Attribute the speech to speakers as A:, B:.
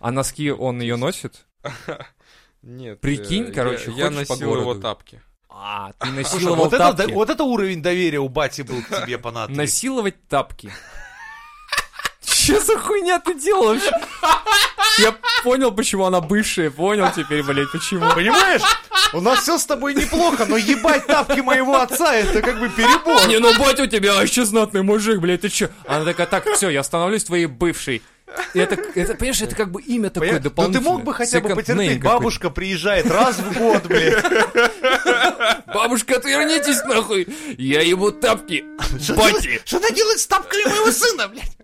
A: А носки он ее носит?
B: Нет.
A: Прикинь,
B: э, я-
A: короче,
B: я
A: ходишь по
B: носил его
A: городу.
B: тапки.
A: А, ты
C: Слушай,
A: насиловал
C: вот это,
A: тапки.
C: вот это уровень доверия у бати был к тебе по натуре.
A: Насиловать тапки. Че за хуйня ты делал вообще? Я понял, почему она бывшая, понял теперь, блядь, почему.
C: Понимаешь? У нас все с тобой неплохо, но ебать тапки моего отца, это как бы перебор.
A: Не, ну бать у тебя вообще знатный мужик, блядь, ты че? Она такая, так, все, я становлюсь твоей бывшей. И Это, это, понимаешь, это как бы имя такое
C: Понимаешь? Ну ты
A: дополнительное.
C: мог бы хотя бы
A: Second name
C: потерпеть,
A: какой-то.
C: бабушка приезжает раз в год, блядь.
A: Бабушка, отвернитесь нахуй, я ему тапки. Бати.
C: Что она делает с тапками моего сына, блядь?